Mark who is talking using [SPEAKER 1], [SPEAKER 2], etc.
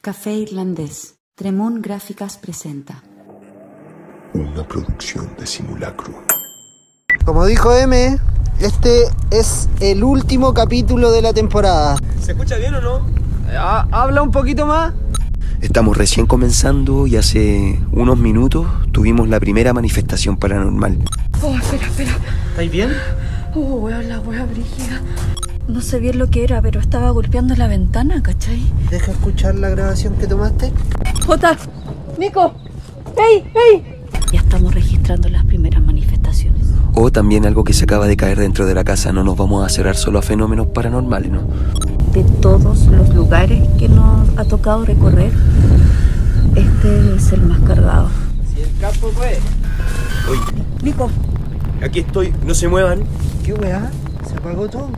[SPEAKER 1] Café Irlandés. Tremón Gráficas presenta.
[SPEAKER 2] Una producción de simulacro.
[SPEAKER 3] Como dijo M, este es el último capítulo de la temporada.
[SPEAKER 4] ¿Se escucha bien o no?
[SPEAKER 3] habla un poquito más.
[SPEAKER 5] Estamos recién comenzando y hace unos minutos tuvimos la primera manifestación paranormal.
[SPEAKER 6] Oh, espera, espera.
[SPEAKER 4] ¿Estáis bien?
[SPEAKER 6] Oh, weón, la wea brígida. No sé bien lo que era, pero estaba golpeando la ventana, ¿cachai?
[SPEAKER 3] Deja escuchar la grabación que tomaste.
[SPEAKER 6] ¡Jota! ¡Nico! ¡Ey, ey! Ya estamos registrando las primeras manifestaciones.
[SPEAKER 5] O también algo que se acaba de caer dentro de la casa. No nos vamos a cerrar solo a fenómenos paranormales, ¿no?
[SPEAKER 6] De todos los lugares que nos ha tocado recorrer, este es el más cargado.
[SPEAKER 4] Si el campo puede.
[SPEAKER 6] Nico,
[SPEAKER 4] Aquí estoy, no se muevan.
[SPEAKER 3] ¿Qué weá? ¿Se apagó todo?